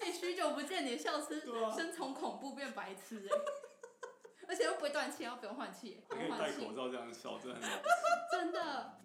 哎久不见，你笑吃对啊生从恐怖变白痴哎、而且又不会断气，又不用换气，不还 可以用换戴口气，罩这样笑，真的很好。真的。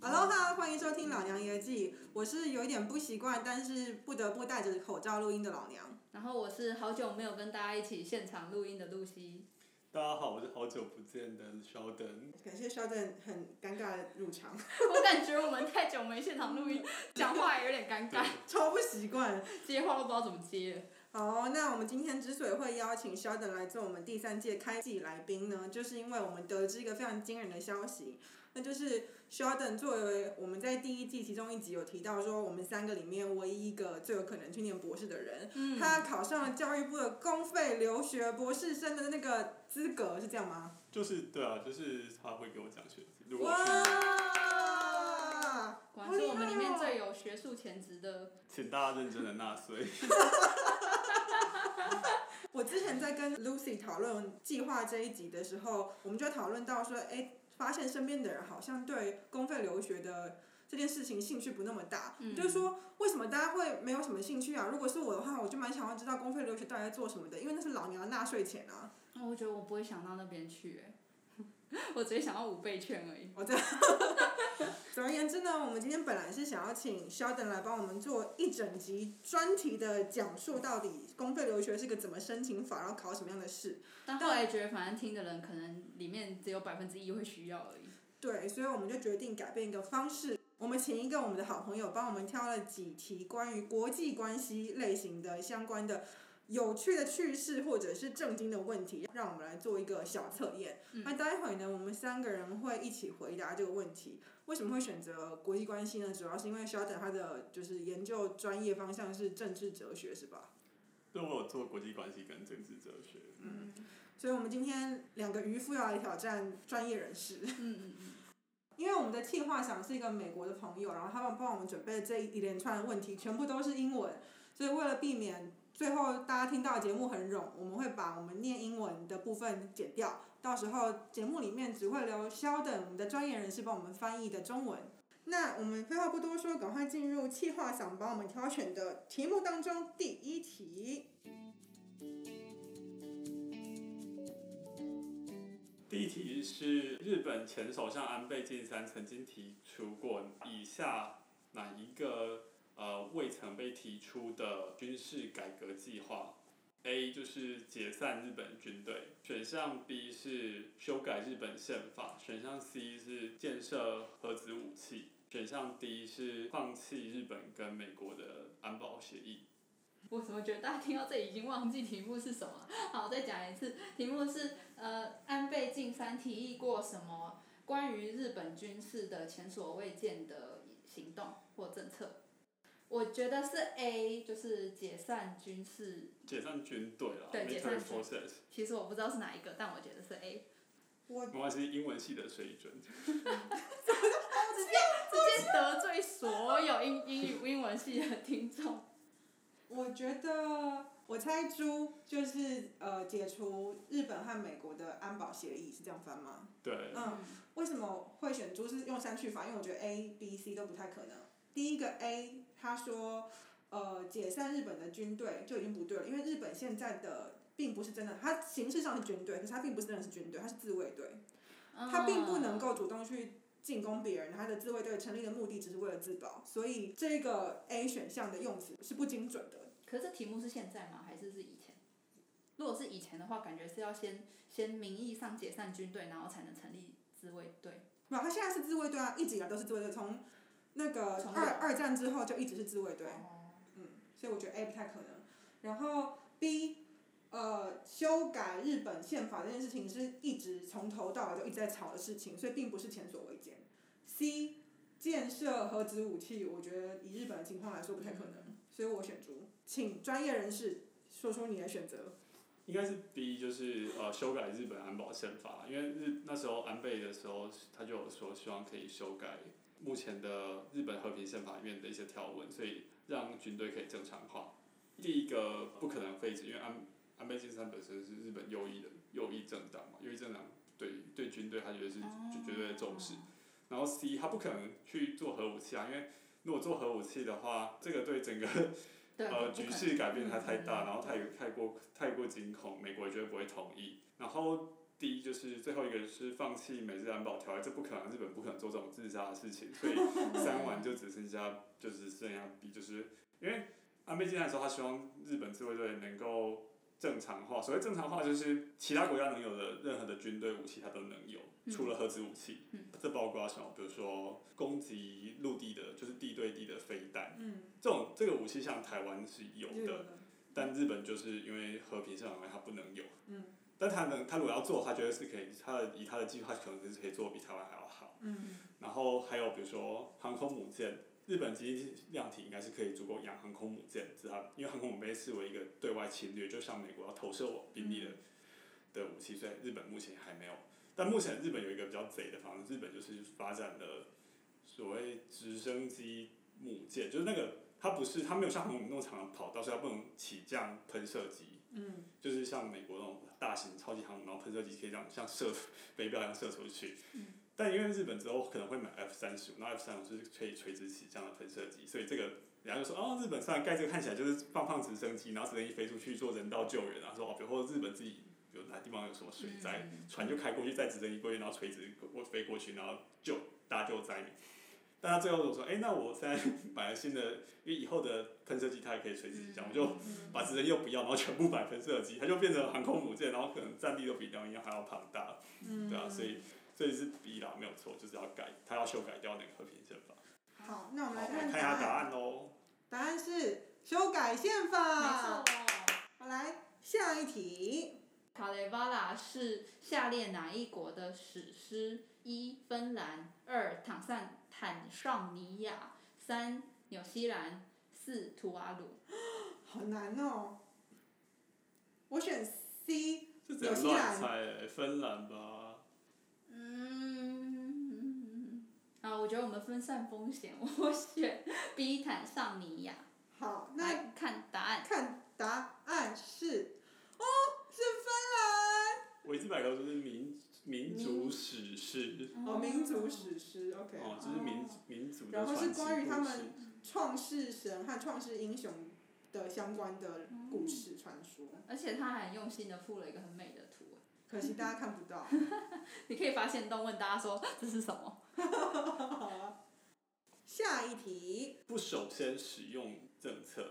Aloha，欢迎收听《老娘爷记》，我是有一点不习惯，但是不得不戴着口罩录音的老娘。然后我是好久没有跟大家一起现场录音的露西，大家好，我是好久不见的 Sheldon。感谢肖正很尴尬的入场， 我感觉我们太久没现场录音，讲话也有点尴尬，超不习惯。接话都不知道怎么接了。好，那我们今天之所以会邀请肖正来做我们第三届开季来宾呢，就是因为我们得知一个非常惊人的消息，那就是肖正作为我们在第一季其中一集有提到说，我们三个里面唯一一个最有可能去念博士的人，嗯，他考上了教育部的公费留学博士生的那个资格，是这样吗？就是对啊，就是他会给我奖学金。如果我去，哇！果然是我们里面最有学术潜质的。请大家认真的纳税。 我之前在跟 Lucy 讨论计划这一集的时候，我们就讨论到说，哎，发现身边的人好像对公费留学的这件事情兴趣不那么大，嗯就是说为什么大家会没有什么兴趣啊？如果是我的话，我就蛮想要知道公费留学到底在做什么的，因为那是老娘纳税钱啊。那哦我觉得我不会想到那边去、哎， 我直接想到五倍券而已。总而言之呢，我们今天本来是想要请 Sheldon 来帮我们做一整集专题的讲述，到底公费留学是个怎么申请法，然后考什么样的试。但后来觉得，反正听的人可能里面只有百分之一会需要而已。对，所以我们就决定改变一个方式，我们请一个我们的好朋友帮我们挑了几题关于国际关系类型的相关的有趣的趣事或者是正经的问题，让我们来做一个小测验。嗯那待会呢，我们三个人会一起回答这个问题。为什么会选择国际关系呢？主要是因为 Sheldon 他的就是研究专业方向是政治哲学，是吧？就我有做国际关系跟政治哲学。嗯所以我们今天两个渔夫要来挑战专业人士。嗯嗯嗯，因为我们的企划想是一个美国的朋友，然后他们帮我们准备这一连串的问题，全部都是英文，所以为了避免最后大家听到的节目很冗，我们会把我们念英文的部分剪掉，到时候节目里面只会留肖等我们的专业人士帮我们翻译的中文。那我们废话不多说，赶快进入企划想帮我们挑选的题目当中第一题。第一题是日本前首相安倍晋三曾经提出过以下哪一个呃未曾被提出的军事改革计划？A 就是解散日本军队，选项 B 是修改日本宪法，选项 C 是建设核子武器，选项 D 是放弃日本跟美国的安保协议。我怎么觉得大家听到这里已经忘记题目是什么了？好，再讲一次，题目是呃，安倍晋三提议过什么关于日本军事的前所未见的行动或政策？我觉得是 A，就是解散军事解散军队啦对解散，military 军 forces，其实我不知道是哪一个，但我觉得是 A。我没关系，英文系的水准。直接直接得罪所有英英语英文系的听众。我觉得我猜猪就是呃解除日本和美国的安保协议是这样翻吗？对，嗯，为什么会选猪是用删去法？因为我觉得 A、B、C 都不太可能。第一个 A 他说呃解散日本的军队就已经不对了，因为日本现在的。并不是真的，它形式上是军队，可是它并不是真的是军队，它是自卫队，嗯哦它并不能够主动去进攻别人，它的自卫队成立的目的只是为了自保，所以这个 A 选项的用词是不精准的。可是这题目是现在吗？还是是以前？如果是以前的话，感觉是要先先名义上解散军队，然后才能成立自卫队。没有，他现在是自卫队啊，一直以来都是自卫队，从那个从二哪二战之后就一直是自卫队，哦嗯所以我觉得 A 不太可能。然后 B，呃，修改日本宪法这件事情是一直从头到尾都一直在吵的事情，所以并不是前所未见。C，建设核子武器，我觉得以日本的情况来说不太可能，嗯所以我选猪。请专业人士说出你的选择。应该是 B，就是呃修改日本安保宪法，因为日那时候安倍的时候，他就有说希望可以修改目前的日本和平宪法里面的一些条文，所以让军队可以正常化。第一个不可能废止，因为安安倍晋三本身是日本右翼的右翼意正当嘛，右翼正当对对军队他觉得是哦绝对的重视。然后 C 他不可能去做核武器啊，因为如果做核武器的话，这个对整个对，不可呃，局势改变它嗯太大，嗯然后太太过太过惊恐，美国也绝对不会同意。然后第一就是最后一个是放弃美日安保条约，这不可能，日本不可能做这种自杀的事 情，所以三完就只剩下就是剩下 B，就是因为安倍晋三的时候，他希望日本自卫队能够正常化，所谓正常化就是其他国家能有的任何的军队武器，它都能有，嗯除了核子武器，嗯这包括什么？比如说攻击陆地的，就是地对地的飞弹。嗯，这种这个武器像台湾是有就的，的，但日本就是因为和平市场它不能有，嗯但它能，它如果要做，它觉得是可以，它的以它的计划可能是可以做比台湾还要好。嗯然后还有比如说航空母舰，日本经济量体应该是可以足够养航空母舰，只是它因为航空母舰被视为一个对外侵略，就像美国要投射我兵力的、的武器，所以日本目前还没有。但目前日本有一个比较贼的方式，日本就是发展了所谓直升机母舰，就是那个它不是它没有像航母那么长的跑道，所以它不能起降喷射机，嗯就是像美国那种大型超级航母，然后喷射机可以这样像射飞镖一样射出去。嗯但因为日本之后可能会买 F 三十五，那 F 三五是可以垂直起降的喷射机，所以这个人家就说哦，日本上来盖这个看起来就是放放直升机，然后直升机飞出去做人道救援啊，说哦，比如说日本自己有哪地方有什么水灾，嗯船就开过去，载直升机过去，然后垂直过飞过去，然后救搭救灾民。但他最后就说，哎、那我现在 买了新的，因为以后的喷射机它也可以垂直起降，我就嗯把直升机又不要，然后全部买喷射机，它就变成航空母舰，然后可能战力都比辽宁还要庞大，嗯，对啊，所以所以是 B 啦，没有错，就是要改，他要修改掉那个和平宪法。好，那好，我们来来看一看答下答案，案喽。答案是修改宪没法。错。好，来下一题，卡雷瓦拉是下列哪一国的史诗？一、芬兰；二、坦桑坦尚尼亚；三、纽西兰；四、图瓦鲁。好难哦，我选 C，这只能乱猜、欸，芬兰吧。嗯，啊，我觉得我们分散风险， 我选 B 坦尚尼亚。好，那来看答案，看答案是，哦，是芬维基百科就是民民族史诗，兰。哦，民族史诗，OK。哦，就是民民族的然后是传奇关于他故们事创世神和创世英雄的相关的故事传说，嗯而且他还很用心的附了一个很美的图，可惜大家看不到。你可以发现动问大家说这是什么？下一题，不首先使用政策，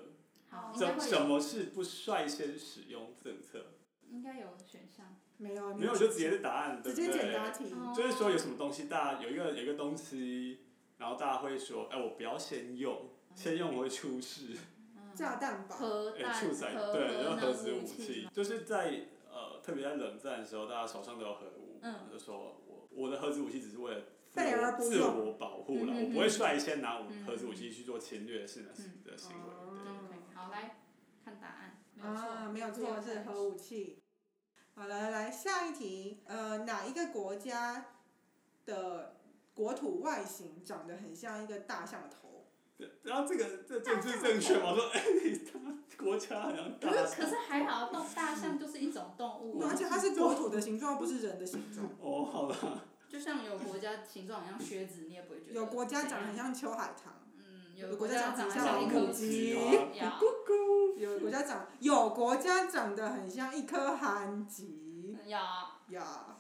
哦好，应该什会什有，么是不率先使用政策？应该有选项。没有，没有就直接是答案，对直不对？接简答题。哦嗯就是说有什么东西大家有一个有一个东西，然后大家会说，哎、我不要先用，先用我会出事，嗯炸弹吧，核哎、弹出仔核对，核用能核子武武器嘛，就是在呃特别在冷战的时候，大家手上都有核武，嗯就说我我的核子武器只是为了自备而我不自用我保护嗯了，嗯嗯我不会率先拿武嗯核子武器去做侵略性的嗯的行为，对。 OK，好，来看答案，没有啊，错，没有错，是核武器。好，来来来，下一题，呃，哪一个国家的国土外形长得很像一个大象头？然后这个这政治正确嘛，我说哎、他国家好像大可是可是还好，动大象就是一种动物啊而，且它是国土的形状，不是人的形 状。哦，好了，就像有国家形状很像靴子，你也不会觉得有国家怎长得很样，像秋海棠，嗯，有有的的国国家家长长得得像像一母颗鸡 鸡 啊呀， 有国家长有国家长得很像一颗韩吉呀，呀。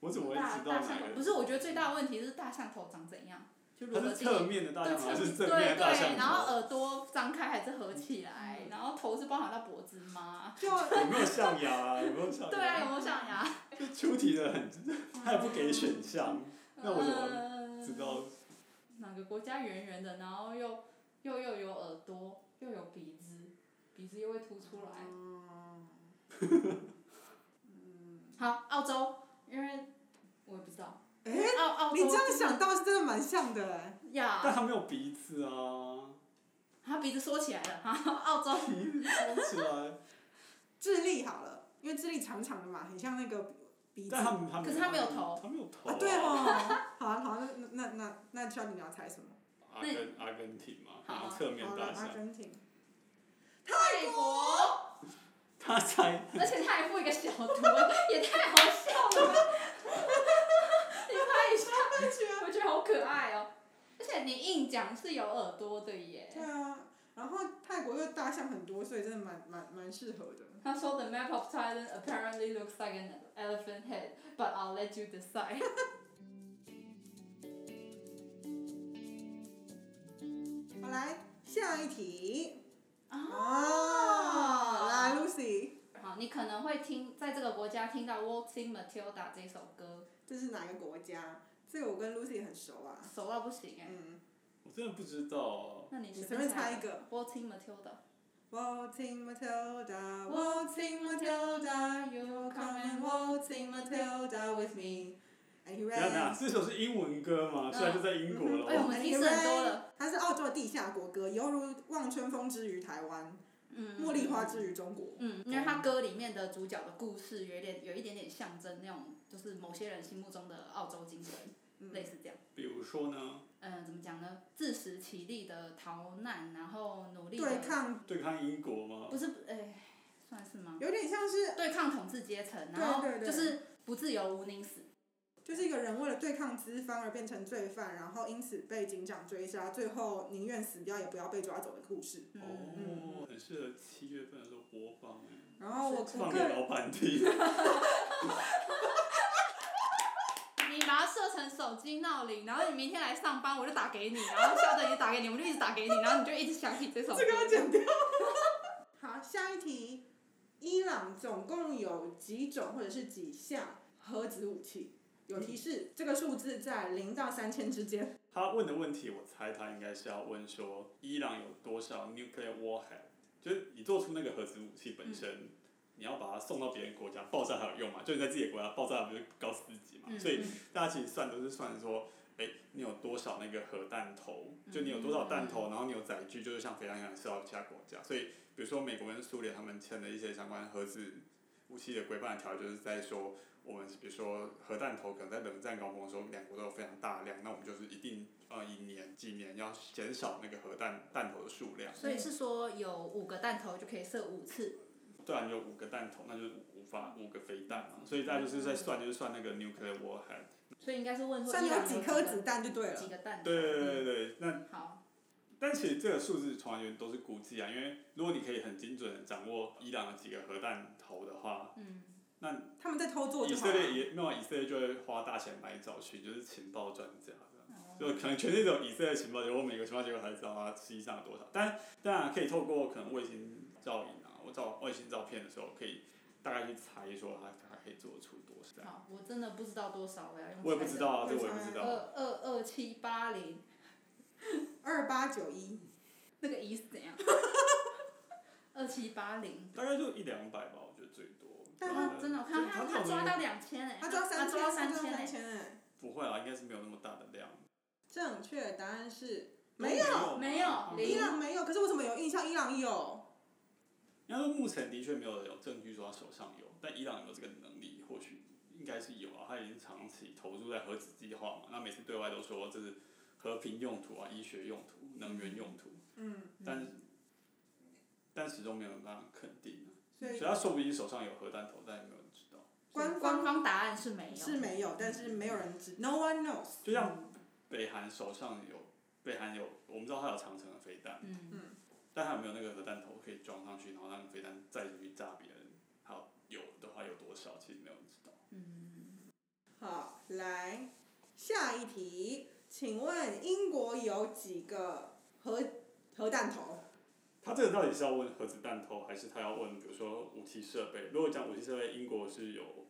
我怎么会大知道大哪象头个？不是，我觉得最大的问题是大象头长怎样，就如它何是定侧义。面的大对象侧还是对正面的大对，象头？嗯然后耳朵张开还是合起来，然后头是包含到脖子吗？ 就嗯有没有象牙啊？有没有象牙？对啊，有没有象牙？就出题的很，他也不给选项， 那我怎么么知道？呃 哪个国家圆圆的，然后又又又有耳朵，又有鼻子，鼻子又会凸出 来。嗯好，澳洲，因为我也不知道。哎澳澳你洲这样想到是真的蛮像的哎。但呀，他没有鼻子啊，他鼻子缩起来了。哈，澳洲，鼻子缩起来，智利好了，因为智利长长的嘛，很像那个鼻子。但他们他们可是他没有头他没有头啊，对哦，好啊，好啊，那那那那需要你要猜什么？阿根阿根廷嘛，好然后侧面好了，大阿象，根廷。泰国，他才而且他还附一个小图，也太好笑了吧！你拍一下，我觉得好可爱哦。而且你硬讲是有耳朵的耶。对啊，然后泰国又大象很多，所以真的蛮蛮蛮适合的。他说 The map of Thailand apparently looks like an elephant head, but I'll let you decide 好，来下一题。哦来 Lucy，好，你可能会听在这个国家听到 Waltzing Matilda 这首歌，这是哪个国家？这个我跟 Lucy 很熟啊。熟到不行哎。嗯，我真的不知道，那你你随便便猜一个。 Waltzing Matilda。 Waltzing Matilda, Waltzing Matilda, you come and waltzing Matilda with me. And he 等一下等一下， ran. 这首是英文歌吗？虽然就在英国了，嗯哎呦，我我们 And 提 he 示很多 ran. 了。它是澳洲的地下国歌，犹如望春风之于台湾，嗯。茉莉花之于中国。嗯，因为他歌里面的主角的故事有一点有一点点象征那种，就是某些人心目中的澳洲精神，嗯类似这样。比如说呢，嗯、怎么讲呢？自食其力的逃难，然后努力对的，抗，对抗英国吗？不是，哎，算是吗？有点像是对抗统治阶层，对然后对对就是不自由无宁死。就是一个人为了对抗资方而变成罪犯，然后因此被警长追杀，最后宁愿死掉也不要被抓走的故事。嗯，哦，很适合七月份的时候播放哎，然后我是我放个给人老板听。你把它设成手机闹铃，然后你明天来上班，我就打给你，然后肖等也打给你，我们就一直打给你，然后你就一直想起这首歌。这个要剪掉。 好，下一题，伊朗总共有几种或者是几项核子武器？有提示，这个数字在零到三千之间。他问的问题，我猜他应该是要问说，伊朗有多少 nuclear warhead？就是你做出那个核子武器本身，嗯你要把它送到别人国家爆炸才有用嘛？就是你在自己的国家爆炸，不是告诉自己嘛？嗯所以大家其实算都是算说，哎、你有多少那个核弹头？嗯就你有多少弹头，然后你有载具，就是像飞弹一样射到其他国家。所以比如说美国跟苏联他们签的一些相关核子武器的规范条约，就是在说。我们比如说核弹头可能在冷战高峰的时候，两国都有非常大量，那我们就是一定呃以年几年要减少那个核弹弹头的数量。嗯所以是说有五个弹头就可以射五次。对啊，你有五个弹头，那就是五五发五个飞弹嘛，所以大家就是在算，就是算那个 nuclear warhead。所以应该是问说算伊朗有有几几颗个子弹就对几了。个弹头？嗯对对对对对，那好，但其实这个数字从来都是估计啊，因为如果你可以很精准的掌握伊朗的几个核弹头的话，嗯，他们在偷做以就好色列了。也没有以色列就会花大钱买找寻就是情报专家这样。就可能全世界只有以色列情报结果，我每个情报结果才知道它实际上有多少。但当然可以透过可能卫星照影啊，我照卫星照片的时候，可以大概去猜说它它可以做出多少。好，我真的不知道多少，我要哦用。我也不知道。啊，这我也不知二道。呃二二七八零，二八九一，那个一是怎样？二七八零。大概就一两百吧，我觉得最多。但对啊，真的，我看他他抓到两千哎，他抓他三抓千，三他千抓三哎，嗯千哎。不会啦，应该是没有那么大的量。正确答案是没没有，没有伊零朗没有。可是我怎么有印象伊朗有？应该说目前的确没有人有证据说他手上有，但伊朗有没有这个能力，或许应该是有啊。他已经长期投入在核子计划嘛，那每次对外都说这是和平用途啊、医学用途、能源用途，嗯，但是、但始终没有人办法肯定啊。所所以以他说不定手上有核弹头，但也没有人知道。官官方方答案是没有。是没有，但是没有人知，No one knows。就像北韩手上有北韩有，我们知道他有长城的飞弹，嗯，但他有没有那个核弹头可以装上去，然后让飞弹再去炸别人？好，有的话有多少，其实没有人知道。嗯好，来下一题，请问英国有几个核核弹头？他这个到底是要问核子弹头，还是他要问比如说武器设备？如果讲武器设备，英国是有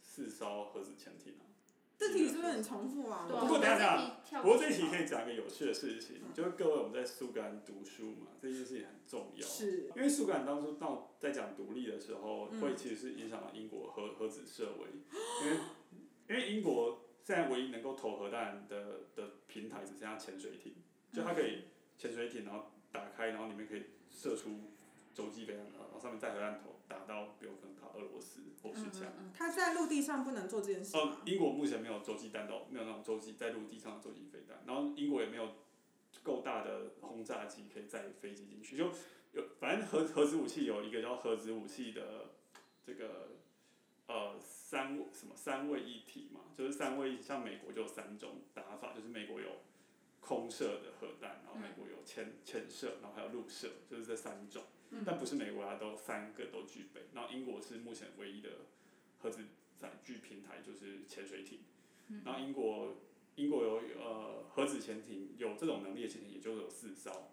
四艘核子潜艇啊。这题是不是很重复啊？对啊。不过等一下我们这一跳不过这过一去题好可以讲一个有趣的事情，就是各位我们在苏格兰读书嘛，这件事情很重要。是因为苏格兰当初到在讲独立的时候，嗯会其实是影响了英国核核子社会，因为因为英国现在唯一能够投核弹的的平台只剩下潜水艇，就它可以潜水艇，然后打开，然后里面可以射出洲际飞弹，然后上面载核弹头打到，比如可能打俄罗斯或是这样。嗯嗯它在陆地上不能做这件事呃吗，？英国目前没有洲际弹道，没有那种洲际在陆地上的洲际飞弹，然后英国也没有够大的轰炸机可以载飞机进去，就有反正核核子武器有一个叫核子武器的这个呃三什么三位一体嘛，就是三位一体像美国就有三种打法，就是美国有空射的核弹，然后美国有潜潜射，然后还有陆射，就是这三种。嗯但不是美国它都三个都具备，然后英国是目前唯一的核子载具平台就是潜水艇，然后英国英国有呃核子潜艇有这种能力的潜艇也就有四艘，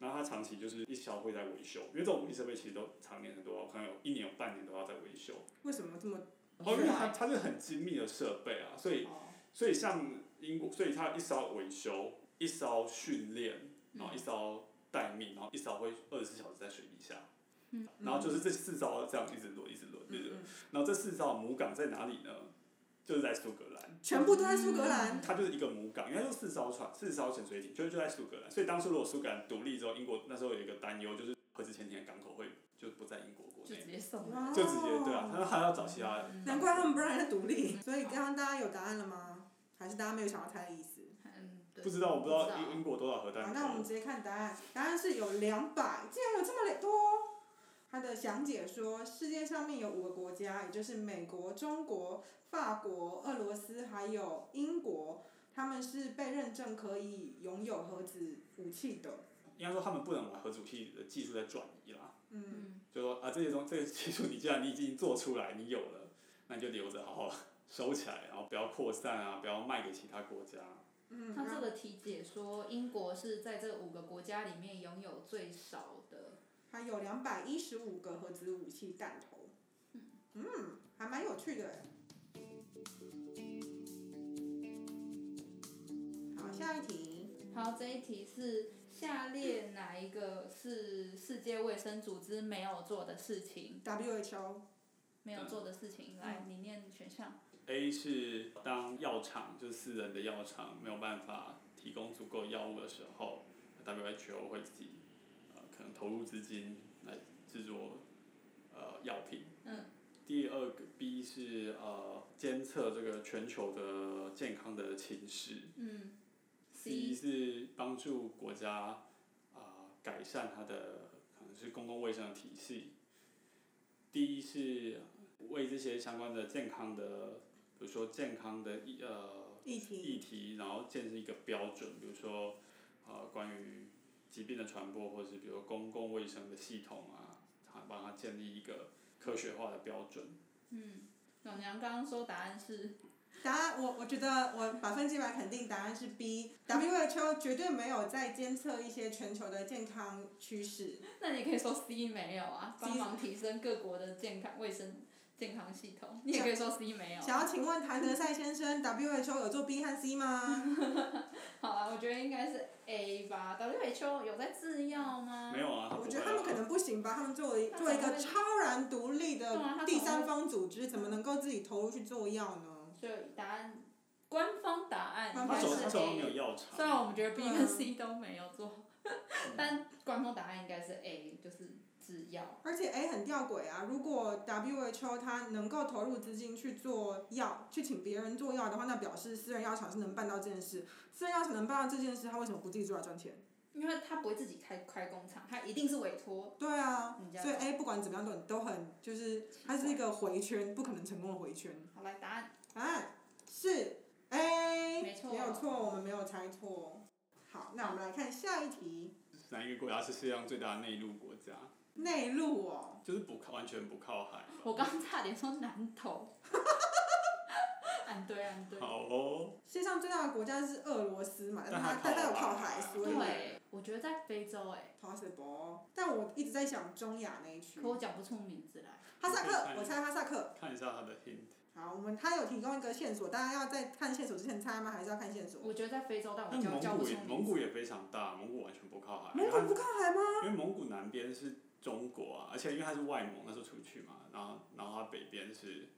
然后它长期就是一小会在维修，因为这种武器设备其实都常年很多，我看有一年有半年都要在维修，为什么这么哦，因为它它是很精密的设备啊，所以哦所以像英国，所以它一艘维修，一艘训练，然后一艘待命，然后一艘会二十四小时在水底下。嗯然后就是这四艘这样一直轮，一直轮，一直轮。嗯然后这四艘母港在哪里呢？就是在苏格兰，全部都在苏格兰？它就是一个母港，因为它就四艘船、四艘潜水艇，就是就在苏格兰。所以当初如果苏格兰独立之后，英国那时候有一个担忧，就是核子潜艇的港口会就不在英国国就内直，接送了。哇哦就直接对啊，他还要找其他嗯人。难怪他们不让人家独立。所以刚刚大家有答案了吗？还是大家没有想到他的意思？嗯，对不知道，我不知道英英国多少核弹好，头。哦那我们直接看答案，答案是有两百，竟然有这么多。他的详解说，世界上面有五个国家，也就是美国、中国、法国、俄罗斯还有英国，他们是被认证可以拥有核子武器的。应该说他们不能把核武器的技术再转移啦，嗯，嗯，就说啊这些东这个技术你既然你已经做出来，你有了，那你就留着好好收起来，然后不要扩散啊，不要卖给其他国家。啊嗯，他然这后个题解说，英国是在这五个国家里面拥有最少的。它有两百一十五个核子武器弹头。嗯，还蛮有趣的欸。好，下一题。好，这一题是下列哪一个是世界卫生组织没有做的事情？ WHO 没有做的事情，嗯来，你念选项。 A 是当药厂就是私人的药厂没有办法提供足够药物的时候，WHO 会自己呃可能投入资金来制作呃药品。嗯。第二个 B 是呃监测这个全球的健康的情势。嗯 C C 是帮助国家啊、改善它的可能是公共卫生的体系。D 是为这些相关的健康的，比如说健康的议呃议题。议题，然后建立一个标准，比如说呃关于疾病的传播，或者是比如说公共卫生的系统啊，它帮它建立一个科学化的标准。嗯，老娘刚刚说答案是， 答案，我我觉得我百分之百肯定答案是 B。WHO 绝对没有在监测一些全球的健康趋势。那你可以说 C 没有啊， C 帮忙提升各国的健康卫生健康系统。你也可以说 C 没有啊。想要请问谭德赛先生，WHO 有做 B 和 C 吗？好啊，我觉得应该是 A 吧。WHO 有在制药吗？没有啊，它不嗯我会觉得他们啊可能不行吧，他们作为那做一怎么个会超然独立对啊的他第怎么三会方组织，怎么能够自己投入去做药呢？所以答案，官方答案官应方该它手是它手上没有 A。药虽然厂，我们觉得 B 嗯跟 C 都没有做，但官方答案应该是 A，就是制药。而且 A 很吊诡啊，如果 WHO 它能够投入资金去做药，去请别人做药的话，那表示私人药厂是能办到这件事。私人药厂能办到这件事，他为什么不自己做来赚钱？因为他不会自己开开工厂，他一定是委托。对啊你，这样所以 A 不管怎么样都很都很就是它是一个回圈，不可能成功的回圈。好，来答案。答案啊是 A，没错没有错，我们没有猜错。好，那我们来看下一题，哪一个国家是世界上最大的内陆国家？内陆哦，就是不靠，完全不靠海。我刚差点说南投。 俺对俺对。好哦，世界上最大的国家是俄罗斯嘛，但但它它但它有靠靠海，啊海所以对，我觉得在非洲哎、 possible。但我一直在想中亚那一区可，我讲不出名字来。哈萨你可以克，看我猜哈萨克。看一下它的 hint。好，我们它有提供一个线索，大家要在看线索之前猜吗？还是要看线索？我觉得在非洲，但我但叫叫蒙不古出也名字。蒙古也非常大，蒙古完全不靠海。蒙古不靠海吗？因为蒙古南边是中国啊，而且因为它是外蒙，那时候出去嘛，然后然后它北边是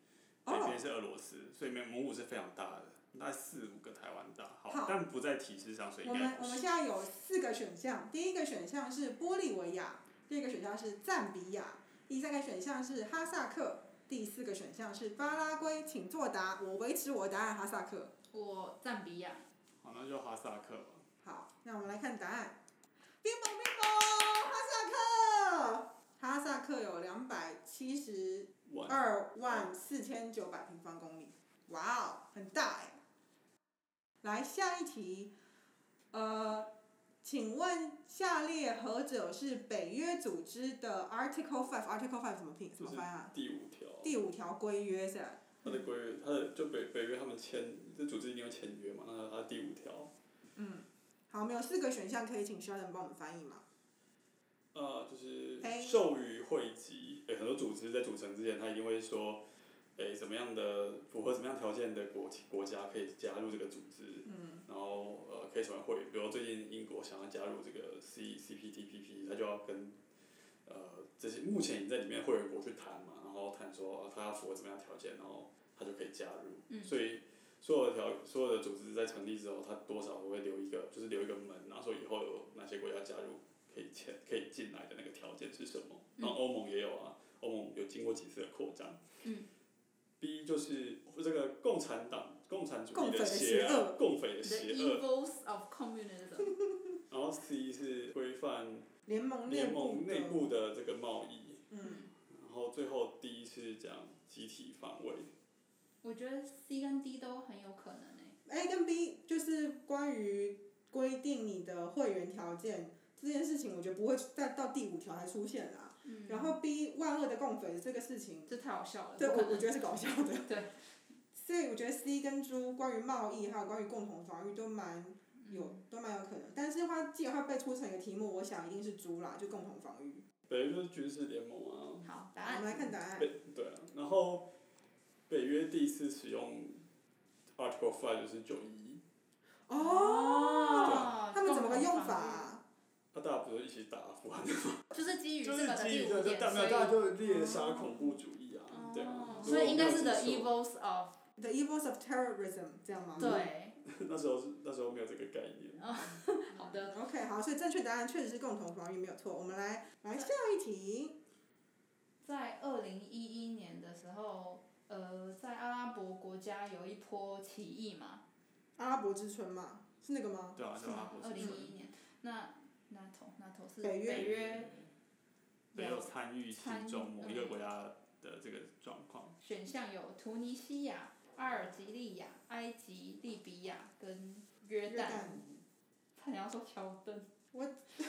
北哦边是俄罗斯，所以蒙蒙古是非常大的，大概四五个台湾大。好，好但不在提示上，所以我应该们不我们是。现在有四个选项，第一个选项是玻利维亚，第二个选项是赞比亚，第三个选项是哈萨克，第四个选项是巴拉圭。请作答，我维持我的答案，哈萨克。我赞比亚。好，那就哈萨克吧。好，那我们来看答案。冰雹冰雹，哈萨了。哈萨克有两百七十完二万四千九百平方公里，哇哦，很大哎。来下一题，呃，请问下列何者是北约组织的 Article Five Article Five 怎么拼怎就么是翻啊？第五条，第五条规约是吧？他的规约，他的就北北约他们签，这组织一定会签约嘛，那他第五条，嗯，好，我们有四个选项可以请 Sheldon 帮我们翻译吗？呃，就是哎授予会籍，诶、很多组织在组成之前，他一定会说，诶、怎么样的符合什么样条件的国国家可以加入这个组织，嗯，然后呃可以成为会员，比如最近英国想要加入这个 C C P T P P，他就要跟呃这些目前已经在里面的会员国去谈嘛，然后谈说呃他要符合怎么样的条件，然后他就可以加入，嗯所以所有的条所有的组织在成立之后，它多少都会留一个就是留一个门，然后说以后有哪些国家加入可以签可以进来的那个条件是什么，嗯然后欧盟也有啊，欧盟有经过几次的扩张，嗯 B 就是这个共产党、共产主共义匪的邪邪恶恶，共匪的 The 邪恶， evils of 嗯 communism。然后 C 是规范联盟内联部盟内的，部的这个贸易，嗯，然后最后 D 是讲集体防卫。我觉得 C 跟 D 都很有可能欸诶、 A 跟 B 就是关于规定你的会员条件这件事情，我觉得不会再到第五条才出现啊啦。嗯，然后 B 万恶的共匪这个事情，这太好笑了。对不我可能我觉得是搞笑的。 对。所以我觉得 C 跟猪关于贸易还有关于共同防御都蛮有嗯都蛮有可能，但是它既然它被出成一个题目，我想一定是猪啦，就共同防御。北约就是军事联盟啊，嗯好，答我案们来看答案。北对啊，然后北约第一次使用 Article Five 就是九一，哦，哦他们怎么个用共同法防啊、那大家不是一起打阿富汗，御就是基于这就个是的基第于这五个，点，大没有所以大家就猎杀恐怖主义啊，对啊哦，，如果所以我应没有该是记 The 错 evils of The evils of terrorism 这样吗？嗯对，那时候是那时候没有这个概念，嗯好的， OK，好，所以正确答案确实是共同防御没有错。我们来来下一题，在二零一一年的时候，呃，在阿拉伯国家有一波起义嘛，嗯阿拉伯之春嘛，是那个吗？对啊，对啊，二零一一年，那那头那头是北约北约没有参与其参与中某一个嗯国家的这个状况。选项有突尼西亚、阿尔及利亚、埃及、利比亚跟约约旦。旦差点要说乔登，嗯是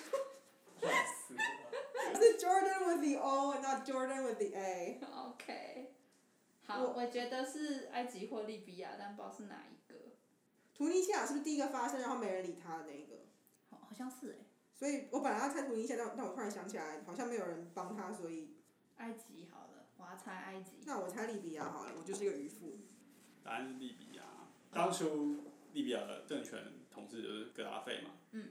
Jordan with the O and not Jordan with the A。 OK。好，我我觉得是埃及或利比亚，但不知道是哪一个。图尼西亚是不是第一个发生，然后没人理他的那一个？好，好像是哎、所以我本来要猜图尼西亚，但但我突然想起来，好像没有人帮他，所以埃及好了，我要猜埃及。那我猜利比亚好了，我就是一个渔夫。答案是利比亚。当初利比亚的政权统治就是格达费嘛。嗯。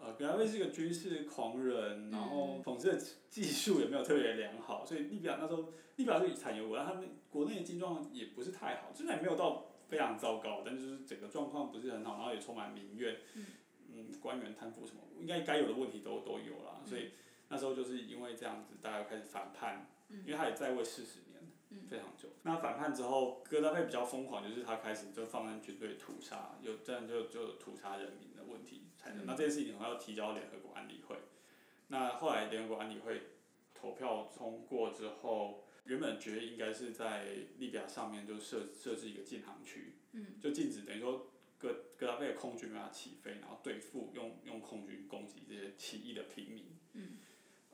呃，格达费是一个军事狂人，然后统治的技术也没有特别良好，所以利比亚那时候利比亚是产油国，但他们国内的经状也不是太好，虽然没有到非常糟糕，但就是整个状况不是很好，然后也充满民怨，嗯嗯，官员贪腐什么，应该该有的问题都都有嗯啦，所以那时候就是因为这样子，大家开始反叛，嗯因为他也在位四十年，嗯非常久。那反叛之后，哥达佩比较疯狂，就是他开始就放任军队屠杀，有这样就就有屠杀人民的问题产生。嗯那这件事情还要提交联合国安理会，那后来联合国安理会投票通过之后，原本决议应该是在利比亚上面就设设置一个禁航区，嗯，就禁止等于说格格达菲的空军让它起飞，然后对付用用空军攻击这些起义的平民。嗯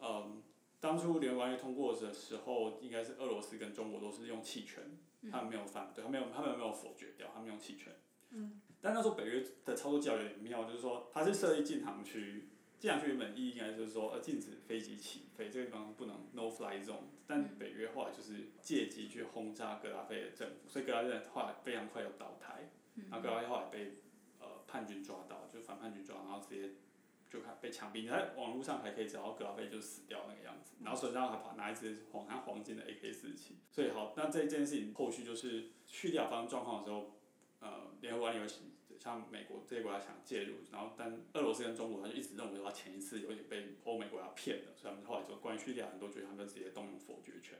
嗯，当初联合国安理会通过的时候，应该是俄罗斯跟中国都是用弃权，嗯他们没有反对，他们没有他们没有否决掉，他们用弃权。嗯。但那时候北约的操作技巧有点妙，就是说它是设立禁航区，禁航区原本意义应该就是说呃禁止飞机起飞，这个地方不能 no fly zone。但北约后来就是借机去轰炸格拉菲的政府，所以格拉菲后来非常快就倒台。嗯然后格拉菲后来被呃叛军抓到，就反叛军抓，然后直接就开被枪毙。你在网络上还可以找到格拉菲就死掉那个样子，然后手上还拿拿一支黄像黄金的 AK 四七。所以好，那这件事情后续就是叙利亚发生状况的时候，呃，联合国有像美国这些国家想介入，然后但俄罗斯跟中国他就一直认为说他前一次有点被欧美国家骗了，所以他们后来就关于叙利亚很多决定，他们就直接动用否决权，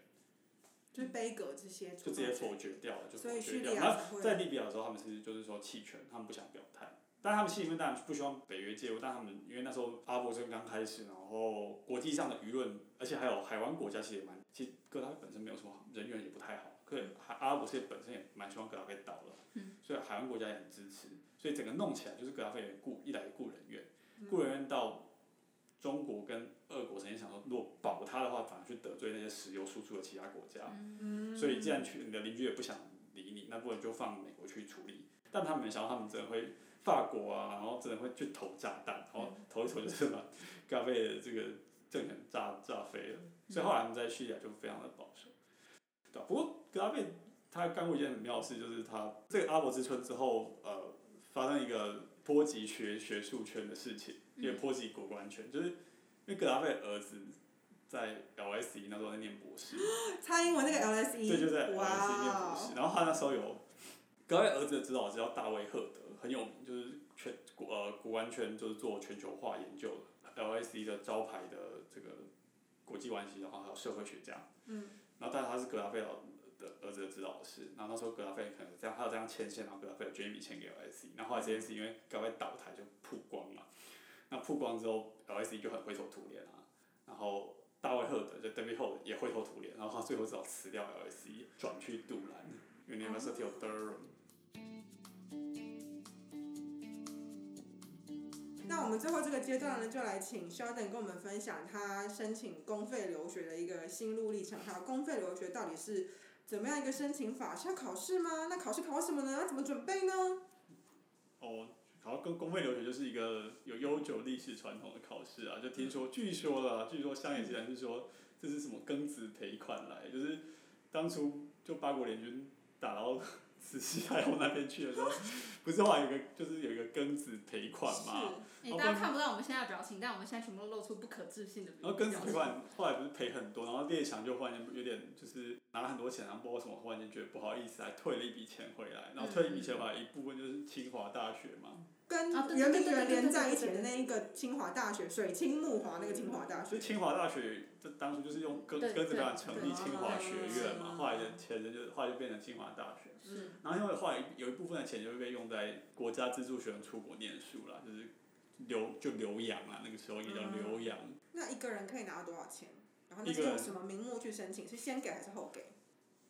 就是杯葛这些，就直接否决掉了，就所否以决叙利掉了。亚那才会在利比亚的时候，他们是就是说弃权，他们不想表态。但他们心里面当然不希望北约介入，但他们因为那时候阿伯这刚开始，然后国际上的舆论，而且还有海湾国家其实也蛮，其实哥达菲本身没有什么人缘也不太好，可是嗯海阿拉伯世界本身也蛮希望哥达菲倒了，嗯所以海湾国家也很支持，所以整个弄起来就是哥达菲人顾一来顾人怨，嗯顾人怨到中国跟俄国曾经想说，如果保他的话，反而去得罪那些石油输出的其他国家，嗯所以既然去你的邻居也不想理你，那不然就放美国去处理。但他们没想到，他们真的会法国啊，然后真的会去投炸弹，然后投一投就是把咖啡的这个政权炸炸飞了。所以后来他们在叙利亚就非常的保守，对、吧？不过格拉贝他干过一件很妙的事，就是他这个阿伯之春之后，呃，发生一个波及学学术圈的事情，也波及国关圈，就是因为格拉贝的儿子在 LSE 那时候在念博士。蔡嗯英文那个对，就 LSE，在 E LSE 念哇博士。然后他那时候有，格雷儿子的指导是叫大卫赫德，很有名，就是全国呃国安圈就是做全球化研究的 LSE 的招牌的这个国际关系，然后还有社会学家。嗯。然后，但是他是格拉菲老的呃儿子的指导师，然后那时候格拉菲可能这样，他有这样牵线，然后格拉菲有捐一笔钱给 LSE，然后后来这件事因为格拉菲倒台就曝光了，那曝光之后 LSE 就很灰头土脸啊，然后大卫赫德就 David Holt 也灰头土脸，然后他最后只好辞掉 LSE，转去杜兰 University of Durham。那我们最后这个阶段呢，就来请 Sheldon 跟我们分享他申请公费留学的一个心路历程，还有公费留学到底是怎么样一个申请法？是要考试吗？那考试考什么呢？要怎么准备呢？哦，然后公公费留学就是一个有悠久历史传统的考试啊，就听说，据说啦，据说乡野集团是说这是什么庚子赔款来，就是当初就八国联军打到 慈禧太后那边去的时候，不是后来有一个就是有一个庚子赔款嘛，哎、大哦不家看不到我们现在的表情，但我们现在全部都露出不可置信的表然后情。庚子赔款后来不是赔很多，然后列强就忽然间有点就是拿了很多钱，然后不知道为什么，忽然间觉得不好意思，还退了一笔钱回来，然后退了一笔钱回来嗯一部分就是清华大学嘛，跟啊对对圆对明对园对对连对在一对起的对那一个清华大学，水清木华那个清华大所学以。清华大学这当初就是用庚对庚子对办成立对清华学院嘛，嗯后来的前身就后来就变成清华大学，是，然后因为后来有一部分的钱就会被用在国家资助学生出国念书啦，就是留就留洋啊啦，那个时候也叫嗯留洋，那一个人可以拿到多少钱？然后那一是个人用什么名目去申请？是先给还是后给？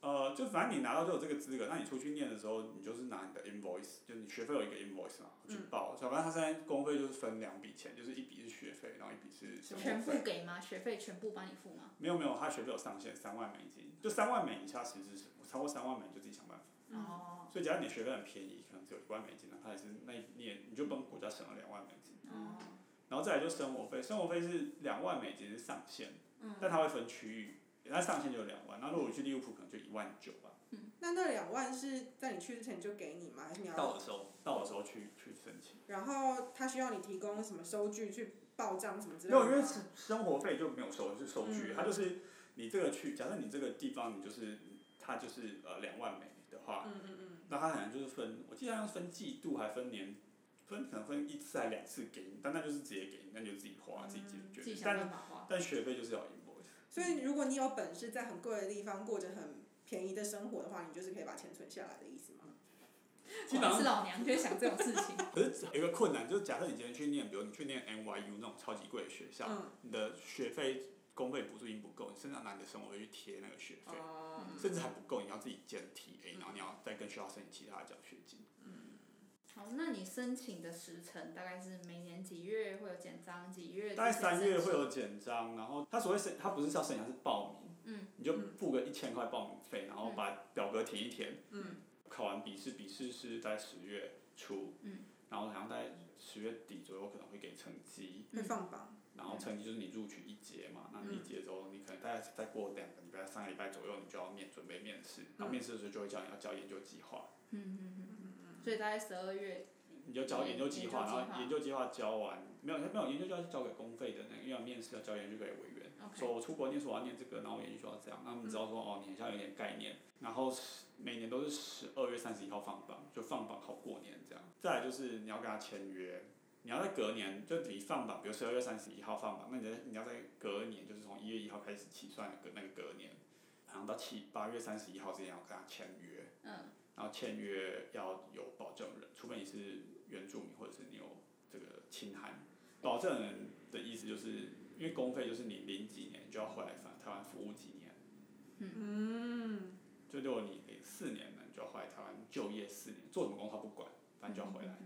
呃，就反正你拿到就有这个资格，那你出去念的时候，你就是拿你的 invoice，就是你学费有一个 invoice 嘛，嗯去报。小班他现在公费就是分两笔钱，就是一笔是学费，然后一笔是生全活部费。给吗？学费全部帮你付吗？没有没有，他学费有上限，三万美金，就三万美以下其实是超过三万美你就自己想办法。嗯哦所以假如你学费很便宜，可能只有一万美金，那他也是那一你也你就帮国家省了两万美金，哦，然后再来就生活费，生活费是两万美金是上限，嗯但它会分区域，那上限就两万，那如果我去利物浦可能就一万九吧。那那两万是在你去之前就给你吗？还是你到要？的时候，到的时候去去申请。然后他需要你提供什么收据去报账什么之类没有，的吗？因为是生活费就没有收，是收据，嗯它就是你这个区，假设你这个地方你就是它就是呃两万美的话，嗯嗯嗯，那它可能就是分，我记得好像分季度还分年，分可能分一次还两次给你，但那就是直接给你，那你就自己花嗯自己解决。自己想但办法花。但学费就是要 invoice，所以如果你有本事在很贵的地方过着很便宜的生活的话，你就是可以把钱存下来的意思吗？嗯基本是上。老娘就会想这种事情。可是有一个困难，就是假设你今天去念，比如你去念 NYU 那种超级贵的学校，嗯，你的学费公费补助金不够，你甚至要拿你的生活费去贴那个学费。哦嗯甚至还不够，你要自己兼 TA，然后你要再跟学校申请其他的奖学金。 嗯好，那你申请的时程大概是每年几月会有简章，几月？大概三月会。有简章，然后他所谓申，他不是叫申请，他是报名。嗯。你就付个一千块报名费，然后把表格填一填。嗯。考完笔试，笔试是在十月初。嗯。然后好像在十月底左右可能会给成绩，会放榜。然后成绩就是你录取一节嘛，那嗯你一节之后，你可能大概再过两个礼拜、三个礼拜左右，你就要面准备面试。然后面试的时候就会叫你要交研究计划，嗯嗯嗯。所以大概十二月。你就交研究计划，研究计然划后研究计划交完，没有没有研究计划是交给公费的那个，因为要面试要交研究给委员。说 OK。我出国念书，我要念这个，然后我研究所要这样，那他们知道说哦，你好像有点概念。然后是每年都是十二月三十一号放榜，就放榜好过年这样。再来就是你要跟他签约，你要在隔年就你放榜，比如十二月三十一号放榜，那你在你要在隔年就是从一月一号开始起算的隔那个隔年，然后到七八月三十一号之前要跟他签约，嗯然后签约要有保证人，除非你是原住民，或者是你有这个侵汉。保证人的意思就是，因为公费就是你零几年就要回来返台湾服务几年，嗯，就如果你零四年呢，你就要回来台湾就业四年，做什么工他不管，反正就要回来。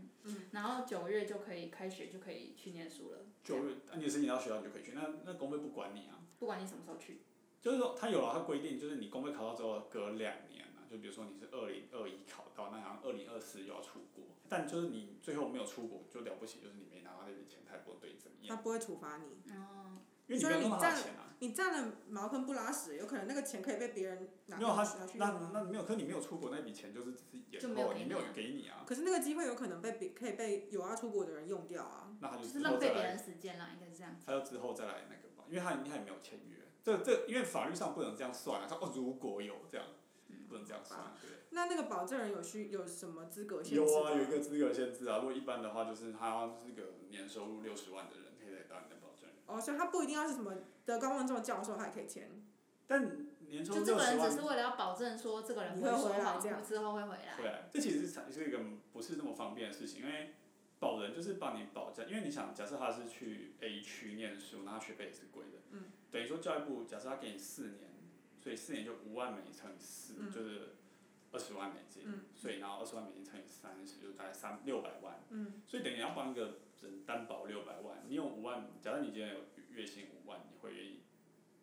然后九月就可以开学，就可以去念书了。就业，啊你申请到学校你就可以去，那那公费不管你啊。不管你什么时候去，就是说，它有了它规定，就是你公费考到之后隔两年嘛，就比如说你是二零二一考到，那好像二零二四又要出国，但就是你最后没有出国就了不起，就是你没拿到那笔钱，他也不会对你怎么他啊样，不会处罚你，哦，因为你没有所以弄你到他的钱啊。你占了茅坑不拉屎，有可能那个钱可以被别人拿没有他去拿去用那啊那没有，可你没有出国那笔钱就是只是延就没有后，给你你没啊有给你啊，可是那个机会有可能被别可以被有要出国的人用掉啊。那他就就是之后浪再费别人来，时间啦，应该是这样。他就之后再来那个吧，因为他他也没有签约，这这因为法律上不能这样算啊，他哦如果有这样，不能这样算，对。那那个保证人有需有什么资格限制有吗？啊，有一个资格限制啊。如果一般的话，就是他要是个年收入六十万的人，可以来当你的保证人。哦，所以他不一定要是什么德高望重的教授，他也可以签。但年收就入这六个十人万只是为了要保证说这个人你会会说回来谎这样之后会啊回来。回来，啊这其实是是一个不是那么方便的事情，因为保人就是帮你保证，因为你想，假设他是去 A 区念书，那他学费也是贵的，嗯，等于说教育部假设他给你四年，所以四年就五万美乘以四、嗯就是二十万美金，嗯所以然后二十万美金乘以三十，就大概三六百万。嗯，所以等于要帮一个人担保六百万，你有五万，假如你今天有月薪五万，你会愿意，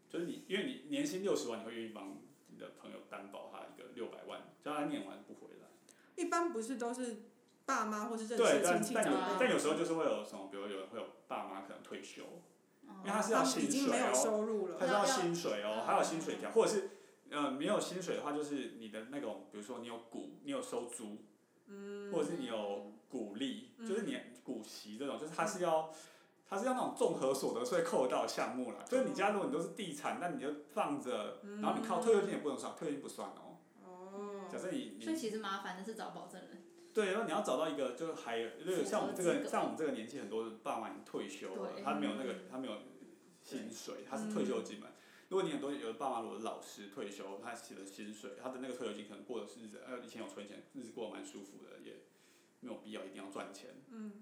就是你因为你年薪六十万，你会愿意帮你的朋友担保他一个六百万，叫他念完不回来。一般不是都是爸妈或是认对，识的但亲戚但长有啊辈，但有时候就是会有什么，比如有人会有爸妈可能退休，因哦为他是他要们已薪经没水有嗯哦，收入他了。是要薪水哦要，还有薪水条，或者是呃没有薪水的话，就是你的那种，比如说你有股，你有收租，嗯，或者是你有股利，嗯就是你股息这种，就是它是要，它是要那种综合所得税扣得到的项目啦。就是你哦家如果你都是地产，那你就放着，嗯然后你靠退休金也不能算，退休金不算哦。哦，假设你所以你其实麻烦的是找保证人。对，然后你要找到一个就是还有，就是像我们这符合个资格像我们这个年纪，很多爸妈已经退休了，对嗯他没有那个他没有薪水，他是退休金嘛。如果你很多有的爸妈如果老师退休，他写的薪水，他的那个退休金可能过的是日子，呃，以前有存钱，日子过得蛮舒服的，也没有必要一定要赚钱。嗯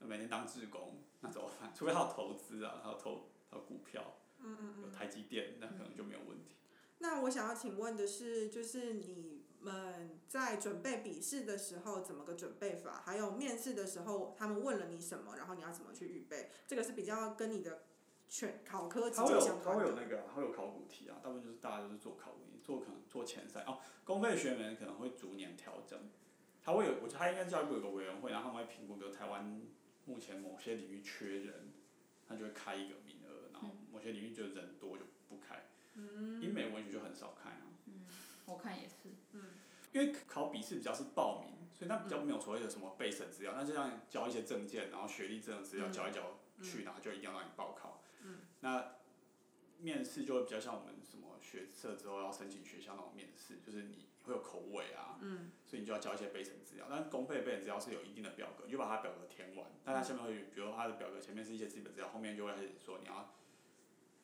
那每天当志工，那怎么办？ 除非他有投资啊，他有投他有股票，嗯嗯有嗯。台积电，那可能就没有问题。那我想要请问的是，就是你们在准备笔试的时候怎么个准备法？还有面试的时候他们问了你什么，然后你要怎么去预备？这个是比较跟你的全考科直他会接有相他关会有的。那个啊，他会有考古题啊，大部分就是大家就是做考古题，做可能做前三哦，公费学员可能会逐年调整，他会有，我觉得他应该教育部有个委员会，然后他们会评估，比如台湾目前某些领域缺人，他就会开一个名额，然后某些领域就人多就不开，英美文学就很少开啊，嗯我看也是，因为考笔试比较是报名，所以它比较没有所谓的什么备审资料，那就让你交一些证件，然后学历证的资料嗯交一交去，然后就一定要让你报考。那面试就会比较像我们什么学测之后要申请学校那种面试，就是你会有口尾啊，嗯所以你就要交一些备审资料。但是公费备审资料是有一定的表格，你就把它表格填完，但它下面会有，比如它的表格前面是一些基本资料，后面就会开始说你要，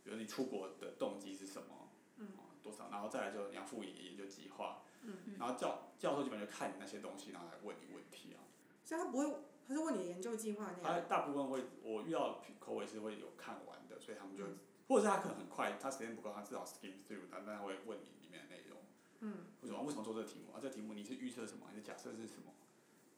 比如你出国的动机是什么，嗯哦，多少，然后再来就你要附研究计划。嗯然后教教授基本上就看你那些东西，然后来问你问题啊。所以他不会，他是问你的研究计划那他样。大部分会，我遇到的口尾是会有看完的，所以他们就，或者是他可能很快，他时间不够，他至少 skim through，但但他会问你里面的内容，嗯为什么为什么做这个题目啊？这个题目你是预测什么？你的假设是什么？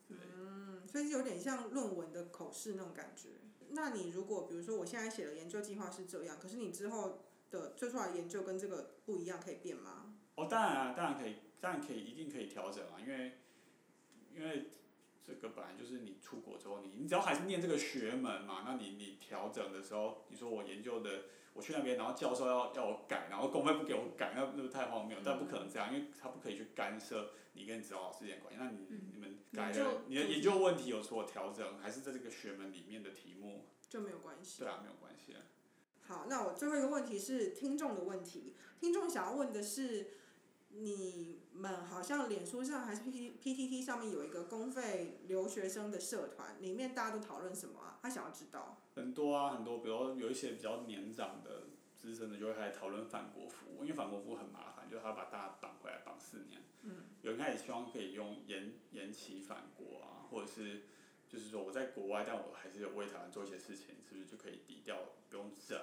对，嗯，所以有点像论文的口试那种感觉。那你如果比如说我现在写的研究计划是这样，可是你之后的做出来的研究跟这个不一样，可以变吗？哦，当然啊，当然可以，当然可以，一定可以调整啊，因为因为这个本来就是你出国之后，你你只要还是念这个学门嘛，那你你调整的时候，你说我研究的，我去那边，然后教授要要我改，然后公费不给我改，那那不太荒谬，但不可能这样，因为他不可以去干涉你跟指导老师之间的关系。那你、嗯你们改研究了，你的研究问题有所调整，还是在这个学门里面的题目，就没有关系。对啊，没有关系啊。好，那我最后一个问题是听众的问题。听众想要问的是，你们好像脸书上还是 P T P T T 上面有一个公费留学生的社团，里面大家都讨论什么啊？他想要知道。很多啊，很多，比如有一些比较年长的资深的就会开始讨论反国服务，因为反国服务很麻烦，就是他把大家绑回来绑四年。嗯。有人开始希望可以用延延期反国啊，或者是就是说我在国外，但我还是有为台湾做一些事情，是不是就可以抵掉不用人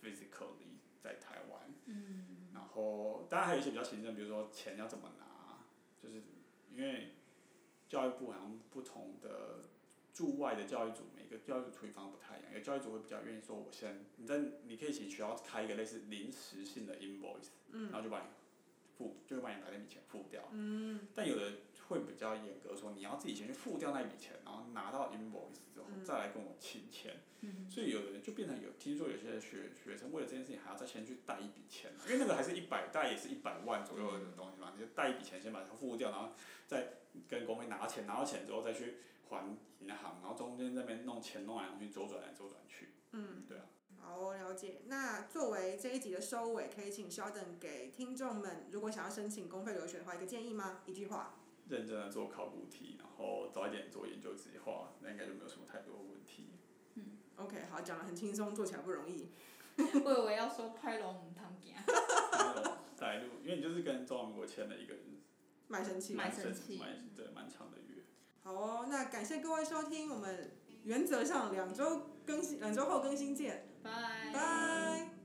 physically 在台湾？嗯，然后当然还有一些比较行政，比如说钱要怎么拿，就是因为教育部好像不同的驻外的教育组，每个教育组处理方法不太一样，有教育组会比较愿意说，我先你在你可以请学校开一个类似临时性的 invoice，、然后就把你付，就会把你把那笔钱付掉。嗯，但有的会比较严格说，你要自己先去付掉那笔钱，然后拿到 invoice 之后嗯再来跟我请钱。嗯所以有的人就变成有听说有些学学生为了这件事情还要再先去贷一笔钱，因为那个还是一百贷也是一百万左右的东西嘛，你就贷一笔钱先把它付掉，然后再跟工会拿钱，拿到钱之后再去还银行，然后中间那边弄钱弄来弄去，周转来周转去。嗯，对啊。好，了解。那作为这一集的收尾，可以请 Sheldon 给听众们，如果想要申请公费留学的话，一个建议吗？一句话。认真的做考古题，然后早一点做研究计划，那应该就没有什么太多问题。嗯 OK，好，讲的很轻松，做起来不容易。 我以为要说拍龙母汤羹，啊然后带路，因为你就是跟中华民国签了一个卖身契。啊卖蛮身深契蛮对蛮长的约。好哦，那感谢各位收听，我们原则上两周更新，两周后更新见，拜。拜。